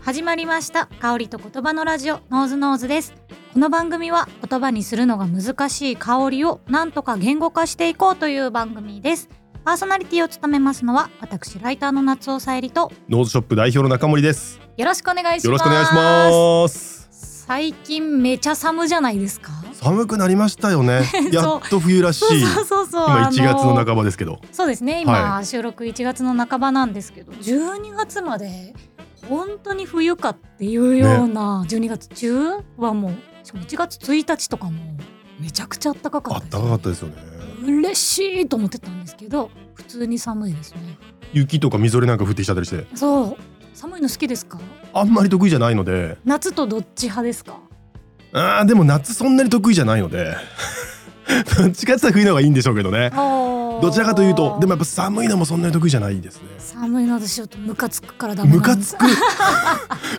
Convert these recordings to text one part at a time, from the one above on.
始まりました香りと言葉のラジオノーズノーズですこの番組は言葉にするのが難しい香りをなんとか言語化していこうという番組ですパーソナリティを務めますのは私ライターの夏尾さえりとノーズショップ代表の中森です。よろしくお願いしますよろしくお願いします。最近めちゃ寒じゃないですか。寒くなりましたよね やっと冬らしそうい。そうそうそう今1月のあ半ばですけど。そうですね今、は収録1月の半ばなんですけど12月まで本当に冬かっていうような、12月中はもうしかも1月1日とかもめちゃくちゃ暖かかあっったたかかったですよね。嬉しいと思ってたんですけど普通に寒いですね雪とかみぞれなんか降ってきちゃったりして、そう寒いの好きですかあんまり得意じゃないので、夏とどっち派ですかあーでも夏そんなに得意じゃないので、 どっちかって言ったら冬の方がいいんでしょうけどね。どどちらかというと、でもやっぱ寒いのもそんなに得意じゃないですね。寒いの私ちょっとムカつくからダメなムんですカつく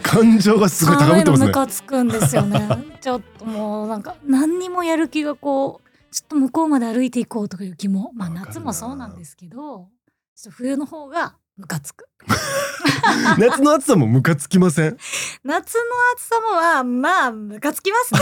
感情がすごい高ぶ寒っいてのますムね。カつくんですよね ちょっともうなんか何にもやる気がこうちょっと向こうまで歩いていこうとかいう気もまあわかるな夏もそうなんですけどちょっと冬の方がムカつく夏の暑さもムカつきません。夏の暑さもまあまあムカつき ます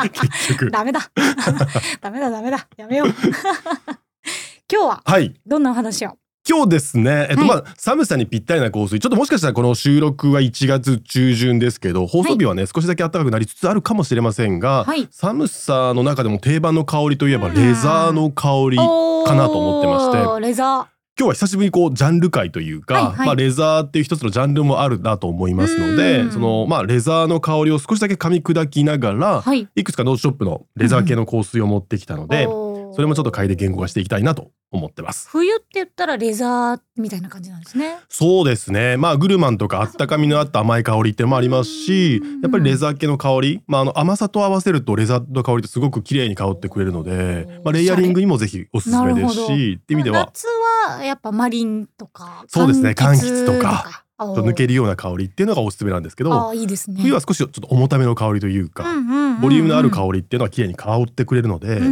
ね結局。ダメだ ダメだダメだやめよう 今日ははい。どんなお話を今日ですね、えっとはいまあ、寒さにぴったりな香水ちょっともしかしたらこの収録は1月中旬ですけど放送日はね、少しだけ暖かくなりつつあるかもしれませんが、はい寒さの中でも定番の香りといえばうんレザーの香り今かなと思ってましてレザ日は久しぶりにこうジャンル界というか、はいはいまあ、レザーっていう一つのジャンルもあるなと思いますのうでんその、まあ、レザーの香りを少しだけ噛み砕きながーらはいいくつかノーズショップのレザー系の香水を持ってきたので、そそれもちょっと嗅いで言語化していきたいなと思ってます。冬って言ったらレザーみたいな感じなんですねそうですねまあグルマンとかあったかみのあった甘い香りってもありますしうんやっぱりレザー系の香り、まあ、あの甘さと合わせるとレザーの香りってすごく綺麗に香ってくれるので、まあ、レイヤリングにもぜひおすすめですなるほどしって意味では夏はやっぱマリンとかそうですね柑橘と柑かちょ橘っとと抜けるるような香りっていうのがおすすめなんですけあどーいいですね冬は少しちょっと重ための香りというか、うんうんうんボリュームのある香りっていうのは綺麗に香ってくれるので、うんう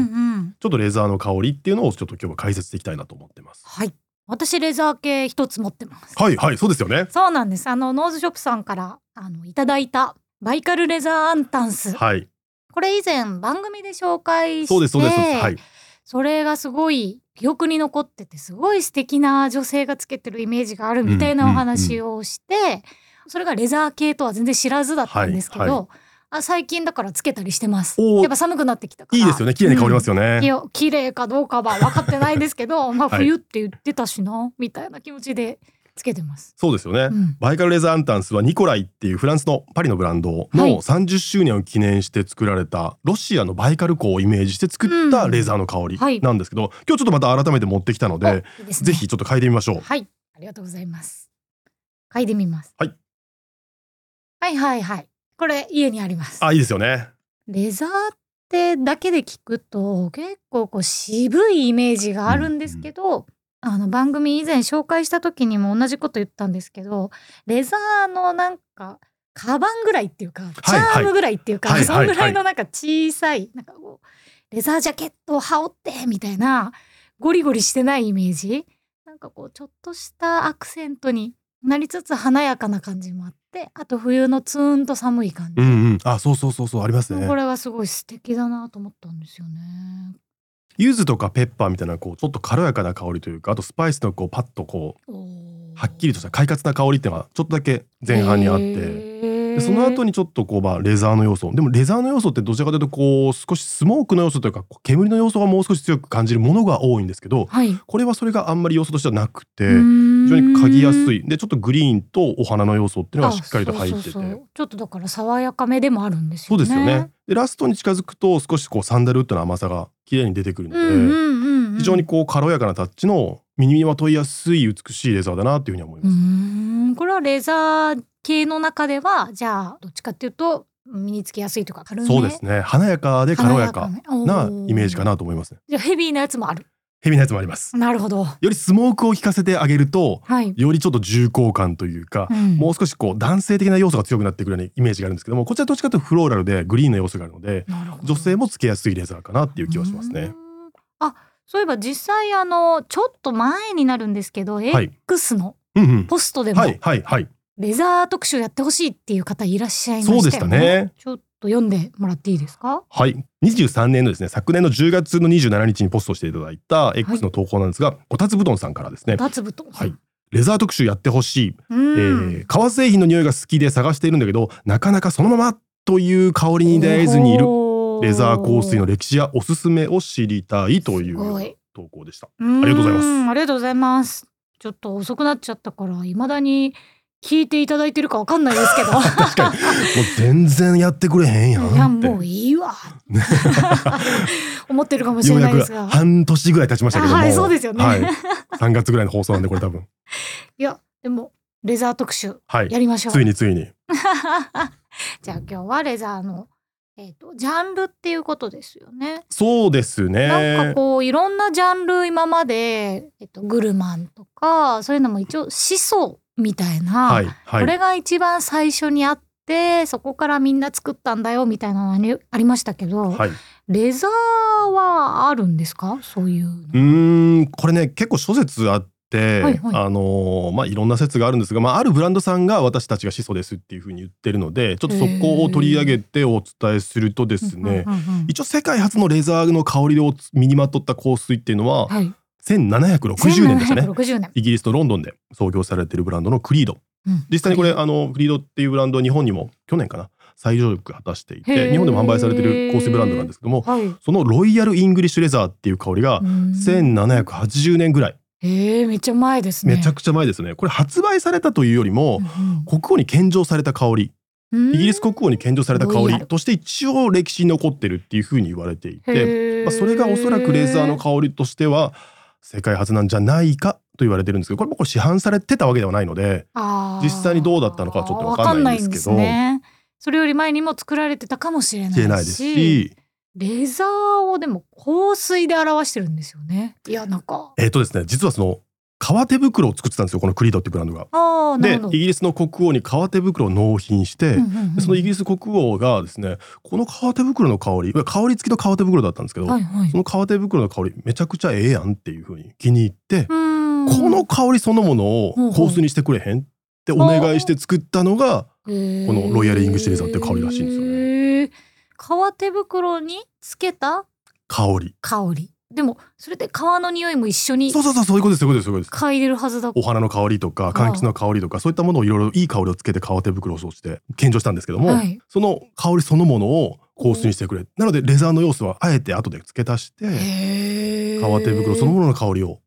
んちょっとレザーの香りっていうのをちょっと今日は解説していきたいなと思ってます。はい私レザー系一つ持ってますはいはいそうですよね。そうなんですあのノーズショップさんからあのいただいたバイカルレザーアンタンスはいこれ以前番組で紹介してそうですそうですそうですはい。それがすごい記憶に残っててすごい素敵な女性がつけてるイメージがあるみたいなお話をして、それがレザー系とは全然知らずだったんですけど、はいはあ最近だからつけたりしてますおーやっぱ寒くなってきたから、いいですよね綺麗に香りますすよね。うんいや綺麗かどうかは分かってないですけ どまあはい冬って言ってたしなみたいな気持ちでつけてます、そうですよね。うんバイカルレザーアンタンスはニコライっていうフランスのパリのブランドはいの30周年を記念して作られたロシアのバイカル港をイメージして作ったレザーのうんは香いりなんですけど、今日ちょっとまた改めて持ってきたのおで、いいですねぜひちょっと嗅いでみましょう。はいありがとうございます嗅いでみますはいはいはいはいこれ家にありますあいいですよね。レザーってだけで聞くと結構こう渋いイメージがあるんですけど、あの番組以前紹介した時にも同じこと言ったんですけどレザーのなんかカバンぐらいっていうかチャームぐらいっていうか、はいはいそんぐらいのなんか小さいなんかこうレザージャケットを羽織ってみたいなゴリゴリしてないイメージなんかこうちょっとしたアクセントになりつつ華やかな感じもあってあと冬のツーンと寒い感じ。うんうん。あそうそうそうそうありますねこ。れはすごい素敵だなと思ったんですよね。柚子とかペッパーみたいなこうちょっと軽やかな香りというかあとスパイスのこうパッとこうはっきりとした快活な香りっていうのがちょっとだけ前半にあって。てでその後にちょっとこうまあレザーの要素でもレザーの要素ってどちらかというとこう少しスモークの要素というかこう煙の要素がもう少し強く感じるものが多いんですけどはい、非これはそれがあんまり要素としてはなくて非常常に嗅ぎやすいいでちょっとグリーンとお花の要素っていうのがしっかりと入っててそうそうそうちょっとだから爽やかめでもあるんですそようね。ですよね。でラストに近づくと少しこうサンダルウッドの甘さが綺麗に出てくるのうんうんでうんうん、非常にこう軽やかなタッチの身にまといやすい美しいレザーだなというふうには思いうます。ーんこれはレザー系の中ではじゃあどっちかっていうと身につけやすいというか軽めそうですね華やかで軽やかなイメージかな。なと思いますね。じゃあヘビーなやつもある。ヘビーなやつもあります。なるほど。よりスモークを効かせてあげるとはい。よりちょっと重厚感というか、んもう少しこう男性的な要素が強くなってくるようなイメージがあるんですけどもこちらどっちかというとフローラルでグリーンの要素があるのでなるほど女性もつけやすいレザーかなっていう気はしますね。うん。あ、そういえば実際あのちょっと前になるんですけど、い X のうんうんポストでもはいはいはいレザー特集やってほしいっていう方いらっしゃいましたそようでしたね。ちょっと読んでもらっていいですかはい。23年のですね、昨年の10月の27日にポストしていただいた X の投稿なんですが、こたつぶどんさんからですね、脱部と。はい。レザー特集やってほしい、うえん。ー革製品の匂いが好きで探しているんだけど、なかなかそのままという香りに出会えずにいる。おーレザー香水の歴史やおすすめを知りたいといすごうい投稿でした。ありがとうございますありがとうございます。ちょっと遅くなっちゃったから、いまだに聞いていただいてるかわかんないですけ ど。確かにもう全然やってくれへんやんって。いや、もういい わ。思ってるかもしよれうやないくですが。半年ぐらい経ちましたけども、あはいそうですよねはい、3月ぐらいの放送なんでこれ多分、いや、でも、レザー特集はい、やりましょう。ついについに、 じゃあ今日はレザーの、えっとジャンルっていうことですよね。そうでなすんかね。こういろんなジャンル今まで、えっとグルマンとかそういうのも一応思想みたいな、はいはこいれが一番最初にあってそこからみんな作ったんだよみたいなのありありましたけど、はい。レザーはあるんですかそういうのうーんこれね結構諸説あって、はいはいあのーまあいろんな説があるんですが、まああるブランドさんが私たちが始祖ですっていうふうに言ってるので、ちょっとそこを取り上げてお伝えするとですね。うんうんうん一応世界初のレザーの香りを身にまとった香水っていうのははい、 1760年でしたね1760年イギリスのロンドンで創業されているブランドのクリードうん実際にこれあのクリードっていうブランドは日本にも去年かな再上陸果たしていへーて日本でも販売されている香水ブランドなんですけどもはい、そのロイヤルイングリッシュレザーっていう香りがうん1780年ぐらいえー、めっちゃ前ですね。めちゃくちゃ前ですねこれ発売されたというよりもう国王に献上された香りんうんイギリス国王に献上された香ロイヤりルとして一応歴史に残ってるっていうふうに言われていてへーまあ、それがおそらくレザーの香りとしては世界初なんじゃないかと言われてるんですけどこれもこれ市販されてたわけではないのであー実際にどうだったのかはちょっとわかんないんですけどわかんないんですねそれより前にも作られてたかもしれないし言えないですしレザーをでも香水で表してるんですよねいやなんかえっ、とですね実はその革手袋を作ってたんですよこのクリードっていうブランドが。ああなるでほどイギリスの国王に革手袋を納品しうんて、うんうんそのイギリス国王がですねこの革手袋の香り香り付きの革手袋だったんですけど、はいはいその革手袋の香りめちゃくちゃええやんっていうふうに気に入って、うーんこの香りそのものを香水にしてくれへんってお願いして作ったのがこのロイヤルイングシリーズだって香りらしいんですよねね革手袋につけた香り。香りでもそれで皮の匂いも一緒にそうそうそうそういうことですそういうことですそういうことです。嗅いでるはずだお花の香りとか柑橘の香りとかそういったものをいろいろいい香りをつけて革手袋をそうして献上したんですけども、はいその香りそのものを香水にしてくれなのでレザーの要素はあえて後で付け足してへー革手袋そのものの香りを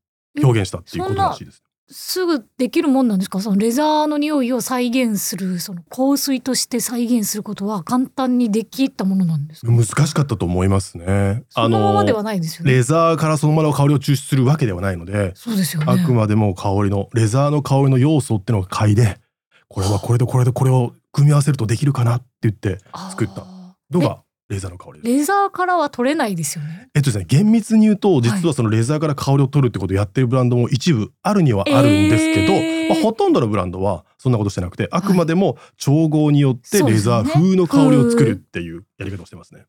表現したっていうことらしいです。すぐできるもんなんですかそのレザーの匂いを再現するその香水として再現することは簡単にできたものなんですか難しかったと思いますね。そのままではないですよねレザーからそのままの香りを抽出するわけではないので、そうですよねあくまでも香りのレザーの香りの要素ってのを嗅いでこれはこれとこれとこれを組み合わせるとできるかなって言って作ったあーのがレザーの香りです。レレザーからは取れないですよねえっとですね厳密に言うと実はそのレザーから香りを取るってことをやってるブランドも一部あるにはあるんですけど、えーまあ、ほとんどのブランドはそんなことしてなくてあくまでも調合によってレザー風の香りを作るっていうやり方をしてますね。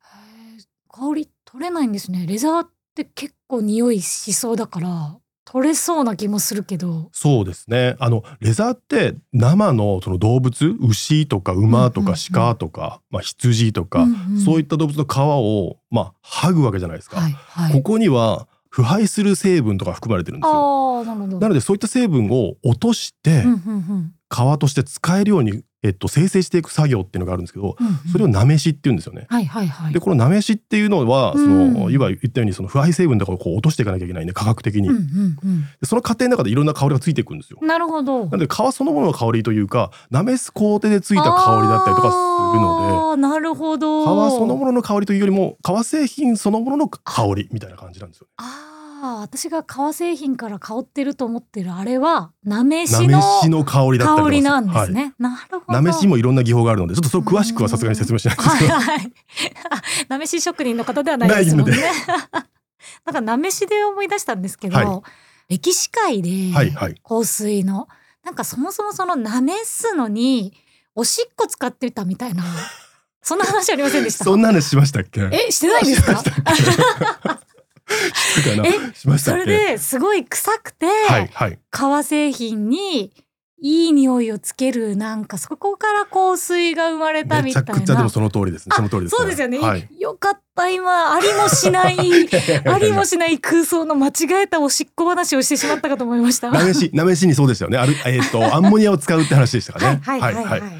へー香り取れないんですねレザーって結構匂いしそうだから取れそうな気もするけどそうですねあのレザーって生のその動物牛とか馬とうんうんうかん鹿とか、まあ、羊とか、そういっった動物の皮を、まあ、剥ぐわけじゃないですか、はいはいここには腐敗する成分とか含まれてるんですよああなるほどなのでそういった成分を落としてうんうんうん皮として使えるように、えっと、生成していく作業っていうのがあるんですけどうんうんそれをなめしっていうんですよね。はいはいはいでこのなめしっていうのはその、うん今言ったようにその腐敗成分とかをこう落としていかなきゃいけないんで科学的に、うんでうんその過程の中でいろんな香りがついていくんですよう。んなるほどなので皮そのものの香りというかなめす工程でついた香りだったりとかするのであーなるほど。皮そのものの香りというよりも皮製品そのものの香りみたいな感じなんですよああ、私が革製品から香ってると思ってるあれは、なめね。しなのめしの香りだったりとか香りなんでするね。なるほど。なめしもいろんな技法があるのでちょっとそれ詳しくはさすがに説明しないんですはけいど、はい。 なめし職人の方ではないですもんねな。 なんかなめしで思い出したんですけど、は歴史界ではいはい香水の、なんかそもそもそのなめすのにおしっこ使ってたみたいな、そんな話ありませんでした そんな話しましたっけしえ、してないんですまかしたっけしてたかなしましたそっれけですごい臭くて、はいはい革製品にいい匂いをつけるなんかそこから香水が生まれためみちゃたいくちゃでなもその通りですね。その通りです、ね。そうですよね、はい。よかった今ありもし ないありもしない空想の間違えたおしっこ話をしてしまったかと思いました。なめし、なめしにそうですよね。ある、えっ、と、アンモニアを使うって話でしたからね。はいはいはいはいはい。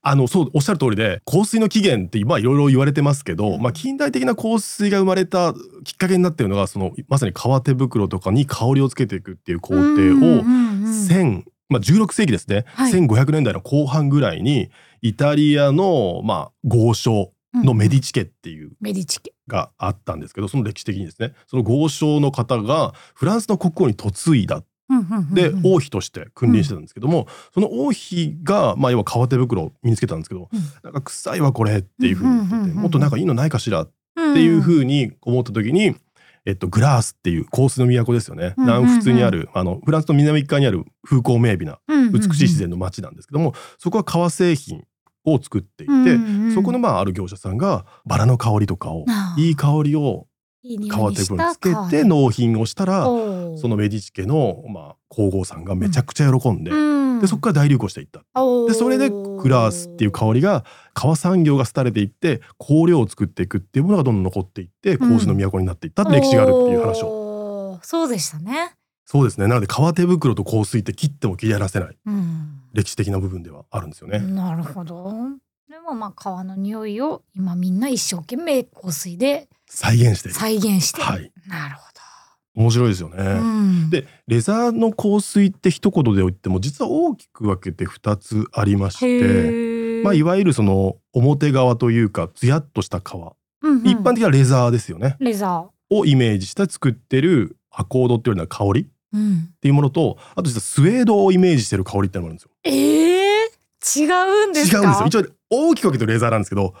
あの、そう、おっしゃる通りで、香水の起源って、まあ、いろいろ言われてますけど、まあ、近代的な香水が生まれたきっかけになっているのが、その、まさに革手袋とかに香りをつけていくっていう工程うんうを、んうん千まあ、16世紀ですね、はい1500年代の後半ぐらいにイタリアの、まあ、豪商のメディチ家っていうメディチ家。があったんですけどその歴史的にですねその豪商の方がフランスの国王に嫁いだうんうんうんうんで、王妃として君臨してたんですけども、その王妃が、まあ、要は革手袋を身につけてたんですけど、うんなんか臭いわこれっていうふうに言ってて、うんうんうんうんもっとなんかいいのないかしらっっていうふううに思った時に、えっと、グラースっていう香水の都ですよね、うんうんうん南仏にあるあのフランスの南側にある風光明媚な美しい自で然の街なんですけども、そこは革製品を作っていて、そこのまあある業者さんがバラの香りとかをいい香りを革手袋につけて納品をしたらそそのメディチ家のまあ皇后さんがめちゃくちゃ喜んで、のでそこから大流行していった。でそれでグラースっていう香りが革産業が廃れていって香料を作っていくっていうものがどんどん残っていってうん香水の都になっていったって歴史があるっていう話を、をそうでしたね。そうですねなので革手袋と香水って切っても切り離せないうん歴史的な部分ではあるんですよね。なるほど。でもまあ革の匂いを今みんな一生懸命香水で再現していく再現して。はいなるほ面白いですよね。ど。うんでレザーの香水って一言で言っても実は大きく分けて2つありまして、へえまあ、いわゆるその表側というかツヤっとした革、うんうん一般的なレザーですよねレザをイメージして作ってるアコードっていうような香りっー。うんていうものとあと実はスウェードをイメージしてる香りってのもあるんですよ。ええ違うんですか。違うんですよ一応大きく分けてレザーなんですけど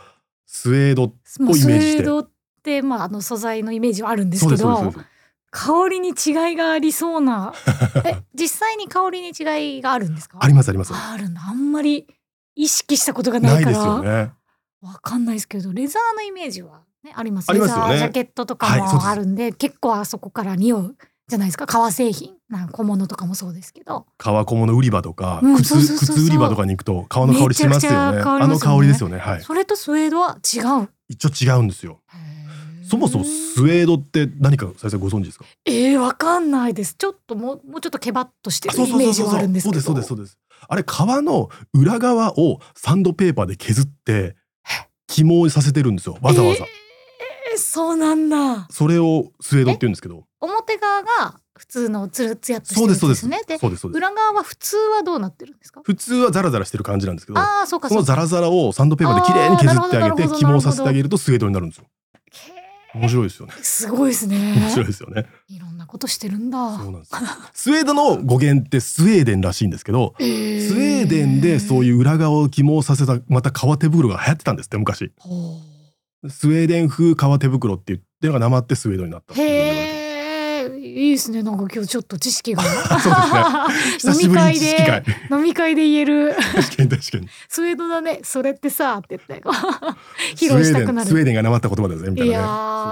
スウェードもうイスウメェージしてードってまああの素材のイメージはあるんですそうけですそうですそうどです香りに違いがありそう なえ実際に香りに違いがあるんですかありますありますあるんだあんまり意識したことがなないいかですらよね。わかんないですけどレザーのイメージは、ね、ありますありますよねレザージャケットとかはいそうでもすあるんで,、結構あそこから匂うじゃないですか革製品なんか小物とかもそうですけど革小物売り場とか、うん靴そうそうそうそう靴売り場とかに行くと革の香りしますよねめちゃくちゃ香りまあのすよね香りですよねはいそれとスウェードは違う。一応違うんですよそもそもスウェードって何か先生ご存知ですかえー、わかんないですちょっともうもうちょっとケバッとしてるイメージはあるんですそうけでどすそうですそうですあれ革の裏側をサンドペーパーで削って紐にさせてるんですよわざわざ、えーそうなんだそれをスウェードって言うんですけど表側が普通のつるつやっとしてそうるでやすつそうでですすねでそうですそうです裏側は普通はどうなってるんですか普通はザラザラしてる感じなんですけどああそうかそそのうかザラザラをサンドペーパーで綺麗に削ってああげーなるほどなるてほど紐をさせてあげるとスウェードになるんですよへー面白いですよねすごいですね面白いですよねいろんなことしてるんだそうなんですよスウェードの語源ってスウェーデンらしいんですけど、スウスウェーデンでそういう裏側を起毛させたまた革手袋が流行ってたんですって昔ほスウェーデン風革手袋って言ってのがなまってスウェードになったっうていうふうに言われてへえいいですねなんか今日ちょっと知識 が久しぶりに知識会飲み会で言える確かに確かにスウェードだねそれってさって言ってス 披ウ露ェーしデたくなるンスウェーデンがなまった言葉だぜみたいいなねや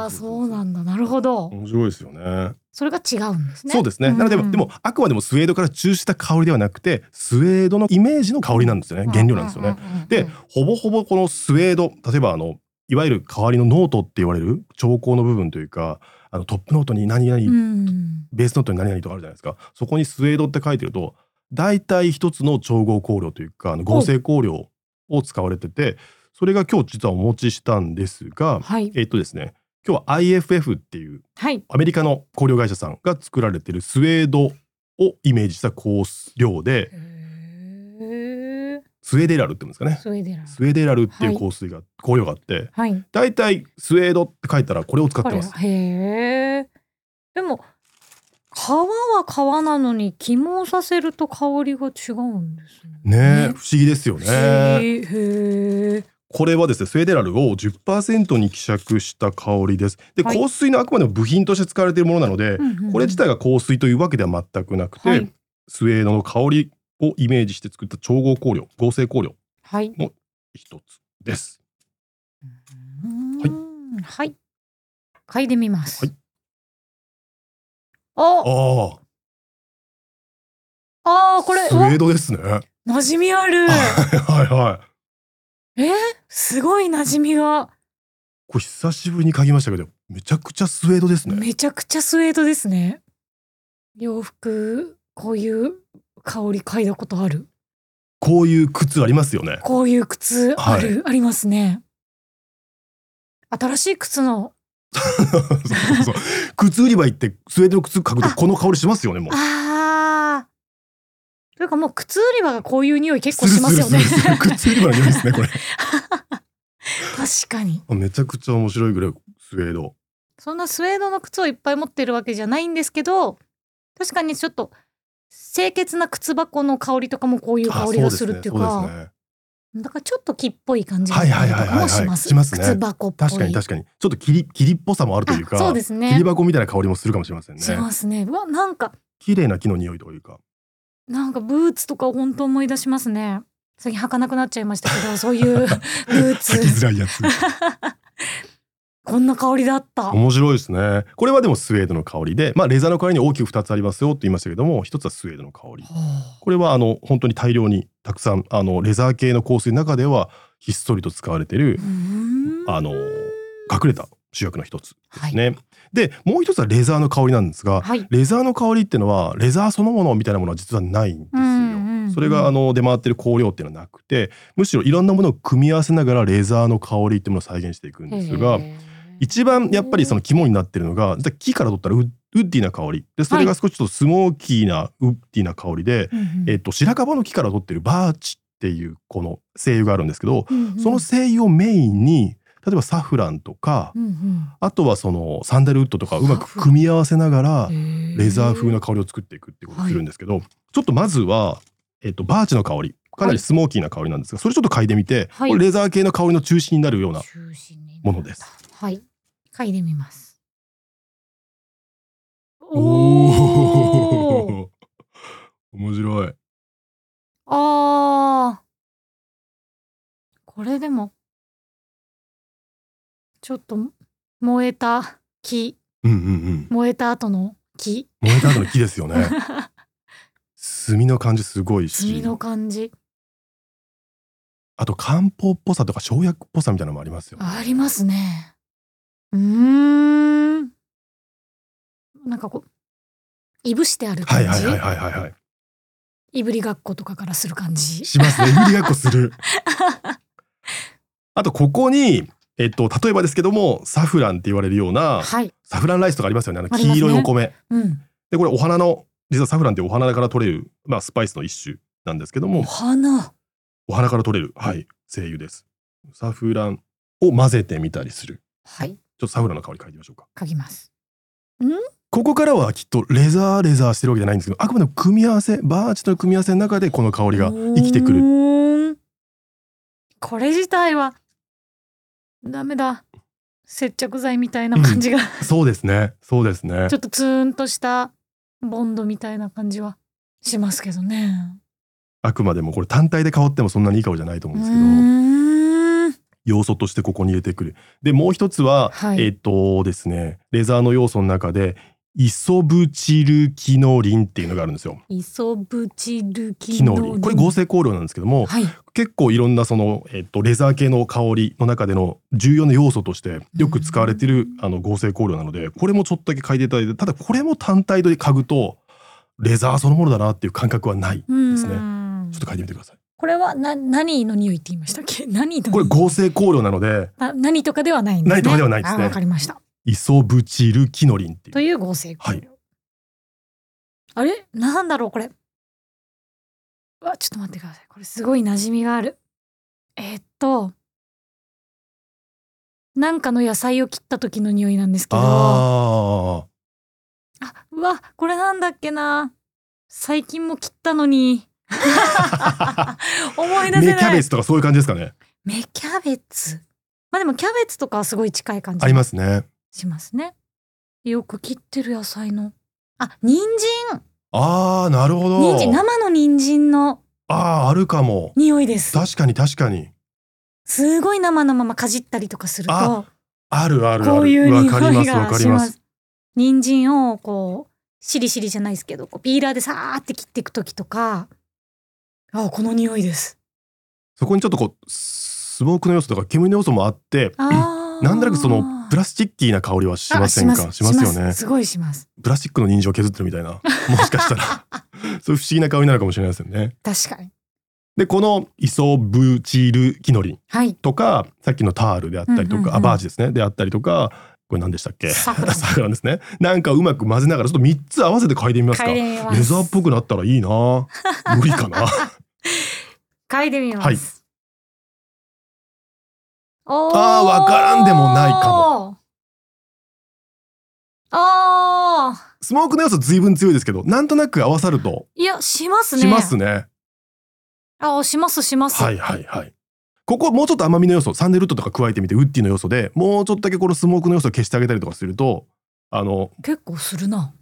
ーそうなんんだなるほど面白いですよねそれが違うんですねそうですね、なのでうんでもあくまでもスウェードから抽出した香りではなくてスウェードのイメージの香りなんですよね原料なんですよね、うううんうんでほぼほぼこのスウェード例えばあのいわゆる代わりのノートって言われる調香の部分というかあのトップノートに何々、うんベースノートに何々とかあるじゃないですかそこにスウェードって書いてると大体一つの調合香料というかあの合成香料を使われててそれが今日実はお持ちしたんですがはいえっとですね今日は IFF っていうはいアメリカの香料会社さんが作られてるスウェードをイメージした香料でへースウェーデラルって言うんですかねスウェーデンスウェーデラルっていう香水が、香料があってはい大体スウェードって書いたらこれを使ってますこれへえでも皮は皮なのに肝をさせると香りが違うんですねえね不思議ですよ不思ね議へえこれはですねスウェーデラルを10%に希釈した香りですで、はい香水のあくまでも部品として使われているものなので、これ自体が香水というわけでは全くなくて、はいスウェードの香りをイメージして作った調合香料合成香料はい一つですうーんはい嗅いでみますはいおああああこれスウェードですね。 馴染みあるはいはい。えすごい馴染みがこれ久しぶりに嗅ぎましたけど、めちゃくちゃスウェードですね。めちゃくちゃスウェードですね洋服こういう香り嗅いだことあるこういう靴ありますよね。 こういう靴ある、ありますね新しい靴のそうそうそう靴売り場行ってスウェードの靴嗅ぐとこの香りしますよねもう。ああというかもう靴売り場がこういう匂い結構しますよねるする靴売り場の匂いですねこれ。 確かにめちゃくちゃ面白いぐらいスウェード。そんなスウェードの靴をいっぱい持ってるわけじゃないんですけど確かにちょっと清潔な靴箱の香りとかもこういう香りがするっていうあそうですかねだからちょっと木っぽい感じがはいはいはいはいはいもしますしますね靴箱っぽいそうですね確かに確かにちょっと霧霧っぽさもあるというかあそうです霧ね箱みたいな香りもするかもしれませんねしますねうわなんか綺麗な木の匂いというかなんかブーツとか本当思い出しますね最近履かなくなっちゃいましたけどそういうブ ー履 きづツらい やつこんな香りだった面白いですねこれはでもスウェードの香りでまあレザーの代わりに大きく二つありますよって言いましたけども一つはスウェードの香りこれはあの本当に大量にたくさんあのレザー系の香水の中ではひっそりと使われてるうーんあの隠れた主役の一つはいね、でもう一つはレザーの香りなんですが、はいレザーの香りっていうのはレザーそのものみたいなものは実はないんですよ。うんうんうんそれがあの出回ってる香料っていうのはなくてむしろいろんなものを組み合わせながらレザーの香りっていうものを再現していくんですがへー一番やっぱりその肝になってるのが実は木から取ったらウッウッディな香りでそれが少しちょっとスモーキーなウッディな香りで、うんうんえっと、白樺の木から取ってるバーチっていうこの精油があるんですけどうんうんその精油をメインに例えばサフランとかうんうんあとはそのサンダルウッドとかうまく組み合わせながらレレザー風の香りを作っていくってことをするんですけど、ちょっとまずは、えっと、バーチの香りかなりスモーキーな香りなんですがそれちょっと嗅いでみて、はいこれレザー系の香りの中心になるような中心になるんだものです。はい、嗅いでみます。おーおー 面白い。あーこれでもちょっと燃えた木うんうんうん。燃えた後の木燃えた後の木ですよね。炭の感じすごい炭し、の感じあと漢方っぽさとか生薬っぽさみたいなのもありますよね。ありますね。うーんなんかこういぶしてあるは感いじ、はいはいはいはいはい。いぶりがっことかからする感じ。しますね。いぶりがっこ する。あとここに、えっと、例えばですけどもサフランって言われるようなはい、サフランライスとかありますよねあのあります黄ね色いお米。うん、でこれお花の実はサフランってお花から取れる、まあ、スパイスの一種なんですけどおも花お花から取れる、はい、精油です。サフランを混ぜてみたりする。はいちょっとサフランの香り嗅いでみましょうか。書きます。ここからはきっとレザーレザーしてるわけじゃないんですけどあくまでも組み合わせバーチとの組み合わせの中でこの香りが生きてくうる。ーんこれ自体はダメだ接着剤みたいな感じが、そうですねそうですねちょっとツーンとしたボンドみたいな感じはしますけどね。あくまでもこれ単体で香ってもそんなにいい香りじゃないと思うんですけど。うーん要素としてここに入れてくる。でもう一つは、はいえっ、とですねレザーの要素の中でイソブチルキノリンっていうのがあるんですよ。イソブチルキキノノリリンンこれ合成香料なんですけども、はい結構いろんなその、えっとレザー系の香りの中での重要な要素としてよく使われている、あの合成香料なのでこれもちょっとだけ嗅いでいただいてただこれも単体で嗅ぐとレザーそのものだなっていう感覚はない。ちょうですねんっと嗅いでみてください。これはな何の匂いって言いましたっけ何のこれ合成香料なのであ何とかではないんですね何とかではないですねあわかりましたイソブチルキノリンっていうという合成香料、はあれなんだろうこれうわちょっと待ってくださいこれすごい馴染みがあるえーっとなんかの野菜を切った時の匂いなんですけどあああうわこれなんだっけな最近も切ったの に思い出せない芽キャベツとかそういう感じですかね。芽キャベツまあでもキャベツとかはすごい近い感ありじますね。しますねよく切ってる野菜のあ人参ああ、なるほど。人参生の人参のああ、あるかも。匂いです確かに確かに。すごい生のままかじったりとかするとああるあるある。こういうわ匂かりまいすわがかりしまます。す人参をこうしりしりじゃないですけどこうピーラーでさーって切っていく時とかあこの匂いですそこにちょっとこうスモークの要素とか煙の要素もあってあーなんとなくそのプラスチッキーな香りはしませんあかしますよねすごいしますプラスチックの人参を削ってるみた いなもしかしたらそういう不思議な香りなのかもしれないですよね確かにでこのイソブチルキノリンはいとかさっきのタールであったりとか、うんうんうんアバージですねであったりとかこれ何でしたっけサフランサフランですねなんかうまく混ぜながらちょっと3つ合わせて嗅いでみますか嗅いレでみますザーっぽくなったらいいな無理 かな嗅いでみます、はいおあーわからんでもないかもあースモークの要素随分強いですけどなんとなく合わさるといやしますねしますねあーしますしますはいはいはいここもうちょっと甘みの要素サンデルウッドとか加えてみてウッディの要素でもうちょっとだけこのスモークの要素を消してあげたりとかするとあの結構するな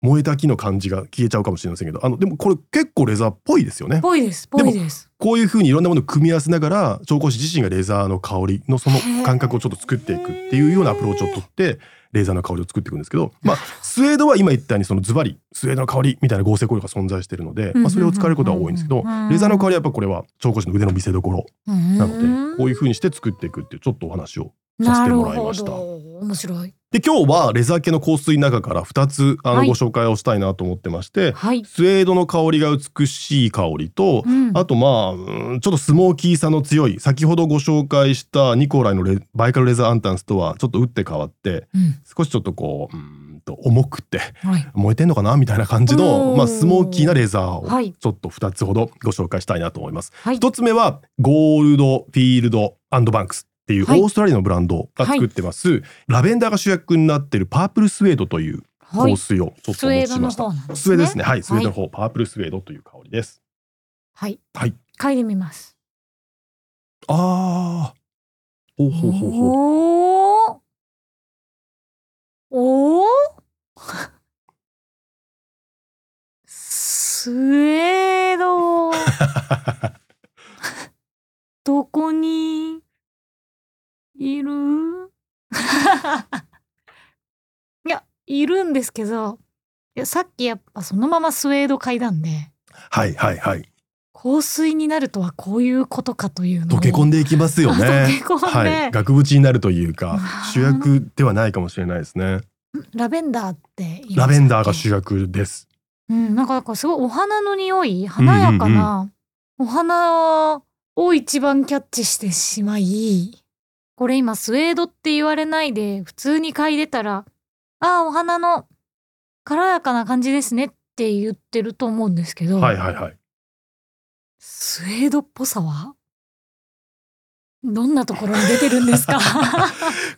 燃えた木の感じが消えちゃうかもしれませんけどあのでもこれ結構レザーっぽいですよねぽいですぽいですこういうふうにいろんなものを組み合わせながら調香師自身がレザーの香りのその感覚をちょっと作っていくっていうようなアプローチをとってレザーの香りを作っていくんですけど、まあ、スウェードは今言ったようにそのズバリスウェードの香りみたいな合成香料が存在しているので、まあ、それを使えることは多いんですけどうんうんうんレザーの香りはやっぱこれは調香師の腕の見せ所ななのでこういうふうにして作っていくっていうちょっとお話を。させなてるもらいほましたど面白いで今日はレザー系の香水の中から2つあはのいご紹介をしたいなと思ってまして、はい、スウェードの香りが美しい香りと、うんあとまあうんちょっとスモーキーさの強い先ほどご紹介したニコライのレバイカルレザーアンタンスとはちょっと打って変わってうん少しちょっとこううーんと重くってはい燃えてんのかなみたいな感じおの、ーまあ、スモーキーなレザーはをいちょっと2つほどご紹介したいなと思います。はい1つ目はゴールドフィールドアンドバンクスっていうオはいーストラリアのブランドが作ってます、ラベンダーが主役になってるパープルスウェードというは香い水をちょっとスおウェー持ちドのしました。方なんですねスウェードですね。はい、スウェードのはい方、パープルスウェードという香りです。はいはい。嗅いでみますああ。ほうほうほうほう。おーおースウェー ドどこにいる いやいるんですけどいやさっきやっぱそのままスウェード嗅いだんではいはいはい。香水になるとはこういうことかというのを溶け込んでいきますよね。 溶け込んではい。額縁になるというわかあ、主役ではないかもしれないですね。ラベンダーって言いましたっけラベンダーが主役です。うん、なんかなんかすごいお花の匂い華やかな、お花を一番キャッチしてしまいこれ今スウェードって言われないで普通に嗅いでたらああお花の軽やかな感じですねって言ってると思うんですけど、はいはいはい。スウェードっぽさはどんなところに出てるんです か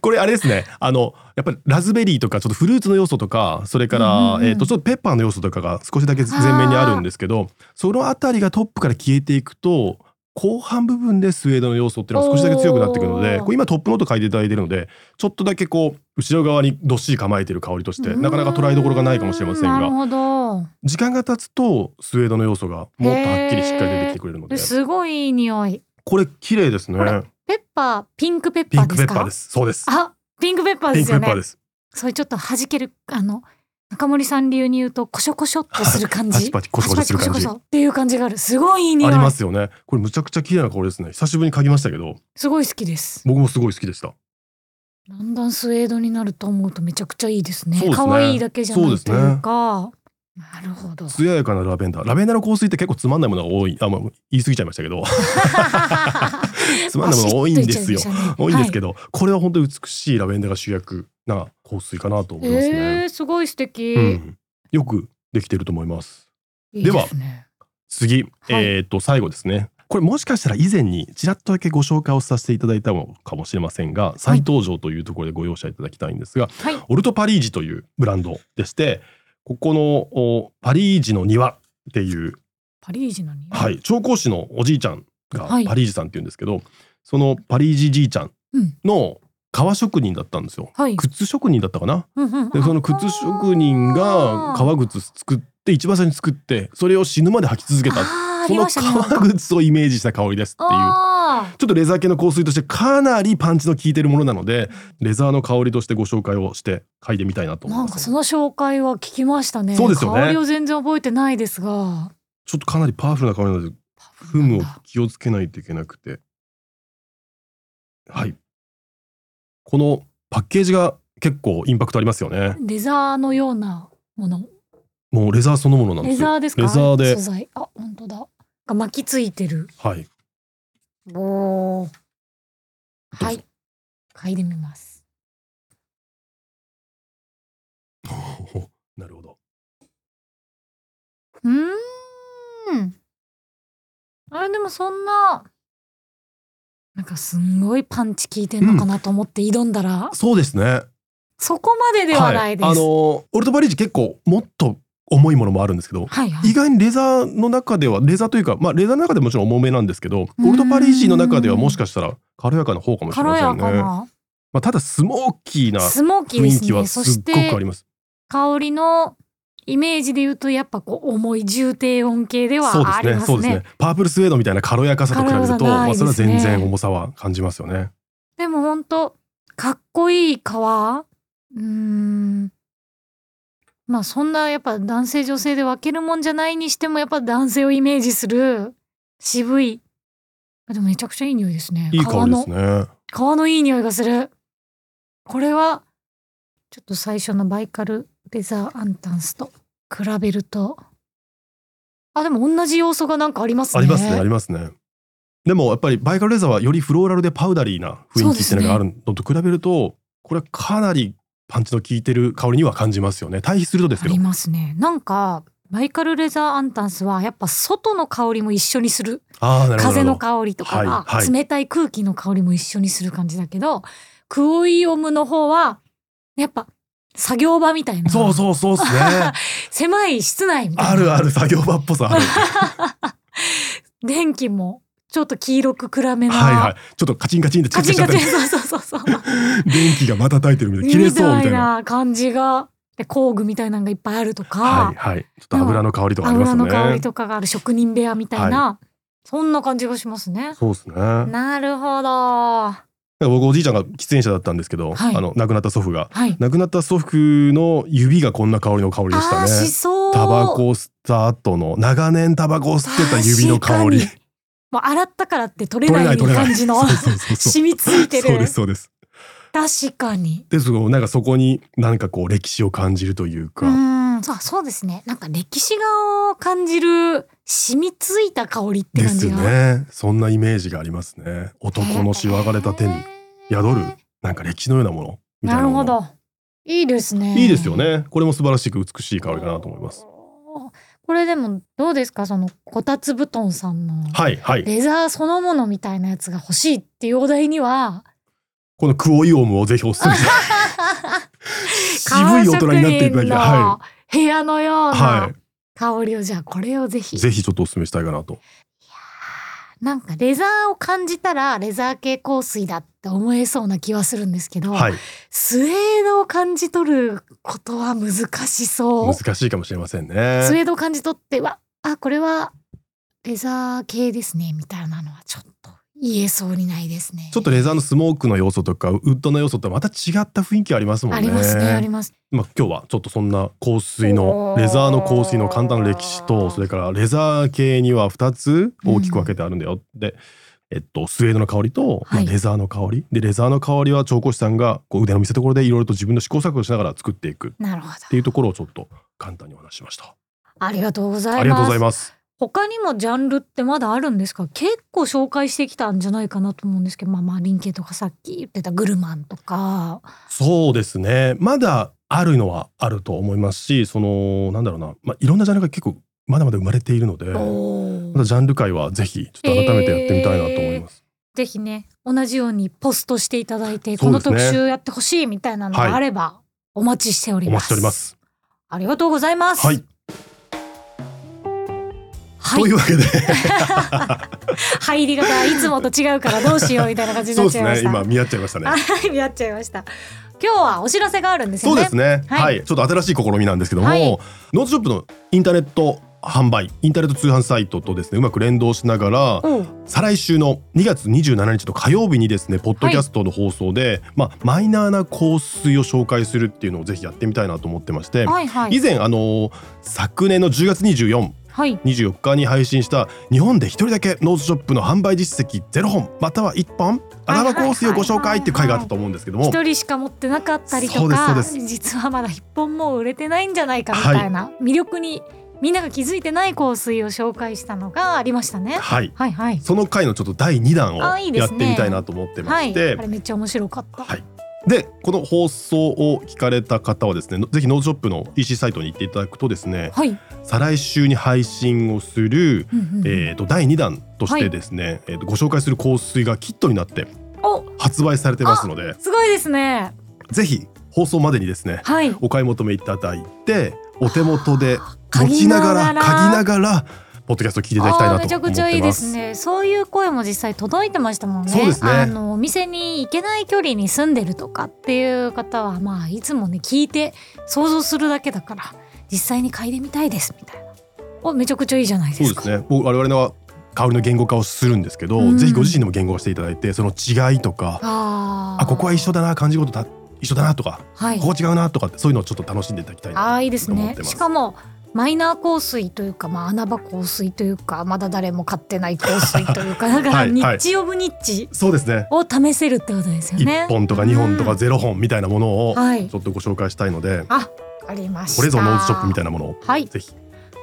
これあれですね。あのやっぱりラズベリーとかちょっとフルーツの要素とか、それかうんらうんうんえっとちょっとペッパーの要素とかが少しだけ前面にあるんですけど、そのあたりがトップから消えていくと。後半部分でスウェードの要素っていうのが少しだけ強くなってくるのでおーこれ今トップノート書いていただいてるのでちょっとだけこう後ろ側にどっしり構えてる香りとしてなかなか捉えどころがないかもしれませ んなるがほど時間が経つとスウェードの要素がもっとはっきりしっかり出てきてくれるのでですごいいい匂いこれ綺麗ですねこれペッパーピンクペッピパーンでクすペッかパーですそうですあピンクペッパーピでンすクペよッパねーですそういうちょっと弾けるあの中森さん流に言うとコショコショっとする感じパチパチコショコシする感じパチパチコショコショっていう感じがあるすごいいい匂あいりますよねこれむちゃくちゃ綺麗な香りですね久しぶりに嗅ぎましたけどすごい好きです僕もすごい好きでしただんだんスウェードになると思うとめちゃくちゃいいですねそうですね可愛、いだけじゃなそういですとねいうかなるほど艶やかなラベンダーラベンダーの香水って結構つまんないものが多いあ、まあ、言い過ぎちゃいました けどつまんないものが多いんですよバシッといっちゃいましたね多いんですけど、これは本当に美しいラベンダーが主役な香水かなと思いますえね、ー、すごい素敵、うん、よくできてると思いますいいですね次、えっ、と最後ですねこれもしかしたら以前にちらっとだけご紹介をさせていただいたのかもしれませんが再登場というところでご容赦いただきたいんですが、はいオルトパリージというブランドでしてここのおパリージの庭っていう、パリージの匂い、はい、調香師のおじいちゃんがはいパリージさんっていうんですけど、そのパリージじいちゃんうんの革職人だったんですよ。はい靴職人だったかなうんうんでその靴職人が革靴作って一番最初に作ってそれを死ぬまで履き続けあたーあそりのましたね革靴をイメージした香りですっていうあーちょっとレザー系の香水としてかなりパンチの効いてるものなのでレザーの香りとしてご紹介をして嗅いでみたいなと思いなまんすかその紹介は聞きましたね。そうですよね香りを全然覚えてないですが。ちょっとかなりパワフルな香りなのでフムを気をつけないといけなくてはいこのパッケージが結構インパクトありますよねレザーのようなもの。もうレザーそのものなんでレすよザーですか。レザーで素材。あ、本当だ。が巻きついてる。はい おお。ぞはい。嗅いでみます。なるほどうーん。あれでもそんな。なんかすんごいパンチ効いてんのかなと思って挑んだら、そうですねそこまでではないです。あはのい、ーオルトバリージ結構もっと重いものもあるんですけどはい、意外にレザーの中ではレザーというか、まあ、レザーの中でもちろん重めなんですけどうんオルトパリージの中ではもしかしたら軽やかな方かもしれ軽ませやんね、かまな。あ、ただスモーキーなスモーキー雰で囲す気はね。すそっしごくありてます香りのイメージで言うとやっぱこう重い重低音系でそうではあすりねまそうすですねね。パープルスウェードみたいな軽やかさと比べると、軽やかまないであ、すそねれは全然重さは感じますよねでも本当かっこいい革うーんまあそんなやっぱ男性女性で分けるもんじゃないにしてもやっぱ男性をイメージする渋いあでもめちゃくちゃいい匂いですねいい香革りのですね革のいい匂いがするこれはちょっと最初のバイカルレザーアンタンスと比べるとあでも同じ要素がなんかありますねありますねありますねでもやっぱりバイカルレザーはよりフローラルでパウダリーな雰囲気っていうのがあるのと比べると、これはかなりパンチの効いてる香りには感じますよね対比するとですあけどりますねなんかバイカルレザーアンタンスはやっぱ外の香りも一緒にするああなるほど風の香りとかが、はいはい冷たい空気の香りも一緒にする感じだけどクオイオムの方はやっぱ作業場みたいなそうそうそうっすね狭い室内みたいな あるある作業場っぽさある 電気もちょっと黄色く暗めな、はいはいちょっとカチンカチンってチカクチチクンしちゃカチンったり そうそうそうそう電気がまた焚いてるみたいな切れそうみたいな感じがで工具みたいなのがいっぱいあるとか、はいはいちょっと油の香りとかあります油よの香りねとかがある職人部屋みたいな、そんな感じがしますね。そうですねなんかなるほど。は僕おじいちゃんが喫煙者だったんですけど、はいあの亡くなった祖父がい。亡くなった祖父の指がこんな香りの香りでしあたあーしねそう。タバコを吸った後の長年タバコを吸ってた指の香り確かにもう洗ったからって取れ取れなないい取れない感じのそうそうそう そう染みついてそうでるす。そうです確かに。ですごいなんかそこに何かこう歴史を感じるといううか、ーん、そうそうですね。なんか歴史がを感じる染みついた香りってで感すじが。ねそんなイメージがありますね男のしわがれた手に宿るなんか歴史のようなものみたいなるなもほのど。いいですね。いいですよねこれも素晴らしく美しい香りかなと思いますおー。これでもどうですかそのこたつ布団さんのはいはいレザーそのものみたいなやつが欲しいっていうお題にはこのクオイオムをぜひおすすめしたい 渋い大人になっていただきたいは部屋のようい、はな香りをじゃあこれをぜひい、ぜひちょっとおすすめしたいかなとなんかレザーを感じたらレザー系香水だって思えそうな気はするんですけど、はいスウェードを感じ取ることは難しそう難しいかもしれませんスウねェードを感じ取ってはあこれはレザー系ですねみたいなのはちょっと言えそうにないですねちょっとレザーのスモークの要素とかウッドの要素とはまた違った雰囲気ありますもんねありますねありますまあ、今日はちょっとそんな香水のレザーの香水の簡単な歴史とそれからレザー系には2つ大きく分けてあるんだよ、で、えっと、スウェードの香りと、まあはいレザーの香りでレザーの香りは調香師さんがこう腕の見せ所でいろいろと自分の試行錯誤しながら作っていくっなるほどていうところをちょっと簡単にお話ししました。ありがとうござあいりがとうまござすいます。他にもジャンルってまだあるんですか結構紹介してきたんじゃないかなと思うんですけどまあまあ林系とかさっき言ってたグルマンとかそうですねまだあるのはあると思いますしそのなんだろうな、まあ、いろんなジャンルが結構まだまだ生まれているのでまおだジャンル界はぜひちょっと改めてやってみたいなと思います。ぜひね同じようにポストしていただいて、そこうでのすね特集やってほしいみたいなのがあれば、お待ちしておりおま待すちしております。ありがとうございますはい、はいというわけで入り方いつもと違うからどうしようみたいな感じにそうなでっちすゃいましたね今見合っちゃいましたね。 はいやっちゃいました今日はお知らせがあるんですそようねですね、はいはい、ちょっと新しい試みなんですけども、はいノートショップのインターネット販売インターネット通販サイトとですねうまく連動しながら再来週の2月27日の火曜日にですねポッドキャストの放送で、まあ、マイナーな香水を紹介するっていうのをぜひやってみたいなと思ってまして、はいはい以前あの昨年の10月24はい24日に配信した日本で一人だけノーズショップの販売実績ゼロ本または1本穴場香水をご紹介っていう回があったと思うんですけども一人しか持ってなかったりそとうですそうかです実はまだ一本も売れてないんじゃないかみたいな、魅力にみんなが気づいてない香水を紹介したのがありましたね。はいはいはい。その回のちょっと第2弾をあいいでやっすてねみたいなと思ってまはしい、てあれめっちゃ面白かった。はいでこの放送を聞かれた方はですねぜひノーズショップの EC サイトに行っていただくとですねはい。再来週に配信をする、うんうんうんえー、と第2弾としてですね、えー、とご紹介する香水がキットになってお、発売されてますのですごいですね。ぜひ放送までにですねはい。お買い求めいただいてお手元で持嗅ちぎななががらら嗅ぎながらポッドキャストを聞いていただきたいあーなめちとゃ思くっちゃいていでますす。ね。そういう声も実際届いてましたもんね。そうですねあのお店に行けない距離に住んでるとかっていう方はまあいつもね聞いて想像するだけだから実際に嗅いでみたいですみたいな。おめちゃくちゃいいじゃないでそうすでか。すね。もう我々の香りの言語化をするんですけど、うんぜひご自身でも言語化していただいてその違いとかあーあここは一緒だな感じ事だ一緒だなとか、はい。ここ違うなとかってそういうのをちょっと楽しんでいただきたいなあーいいです思っねてますしかもマイナー香水というか、まあ、穴場香水というかまだ誰も買ってない香水という かだからはいニはいッチオブニッチそうですね。を試せるってことですよね。 1本とか2本とかうん0本みたいなものをはいちょっとご紹介したいので、あありましたこれぞノーズショップみたいなものをはいぜひ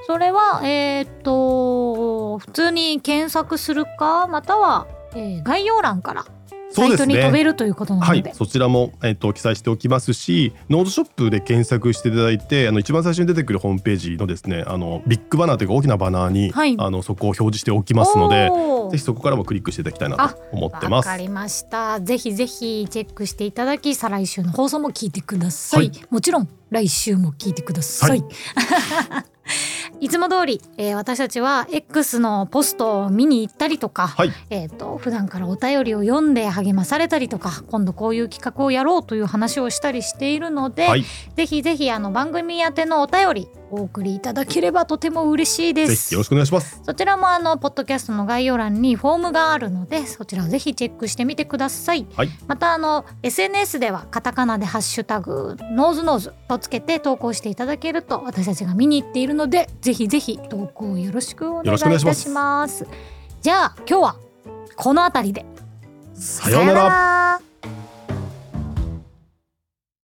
それはえーっと普通に検索するかまたは、えー概要欄からサそうイでトすに飛べねるということなのはいで。そちらも、えっと記載しておきますしノーズショップで検索していただいてあの一番最初に出てくるホームページのですねあのビッグバナーというか大きなバナーに、はいあのそこを表示しておきますのでおーぜひそこからもクリックしていただきたいなと思ってまわすかりました。ぜひぜひチェックしていただき、再来週の放送も聞いてください。はもちろん来週も聞いてください。 はいいつも通り、えー私たちは X のポストを見に行ったりとか、はいえっ、と普段からお便りを読んで励まされたりとか、今度こういう企画をやろうという話をしたりしているので、はいぜひぜひあの番組宛てのお便りお送りいただければとても嬉しいでぜす。ひよろしくお願いしますそちらもあのポッドキャストの概要欄にフォームがあるのでそちらをぜひチェックしてみてください。はいまたあの SNS ではカタカナでハッシュタグノーズノーズとつけて投稿していただけると私たちが見に行っているのでぜひぜひ投稿よろしくお願いいたします。じゃあ今日はこの辺りでさようならら。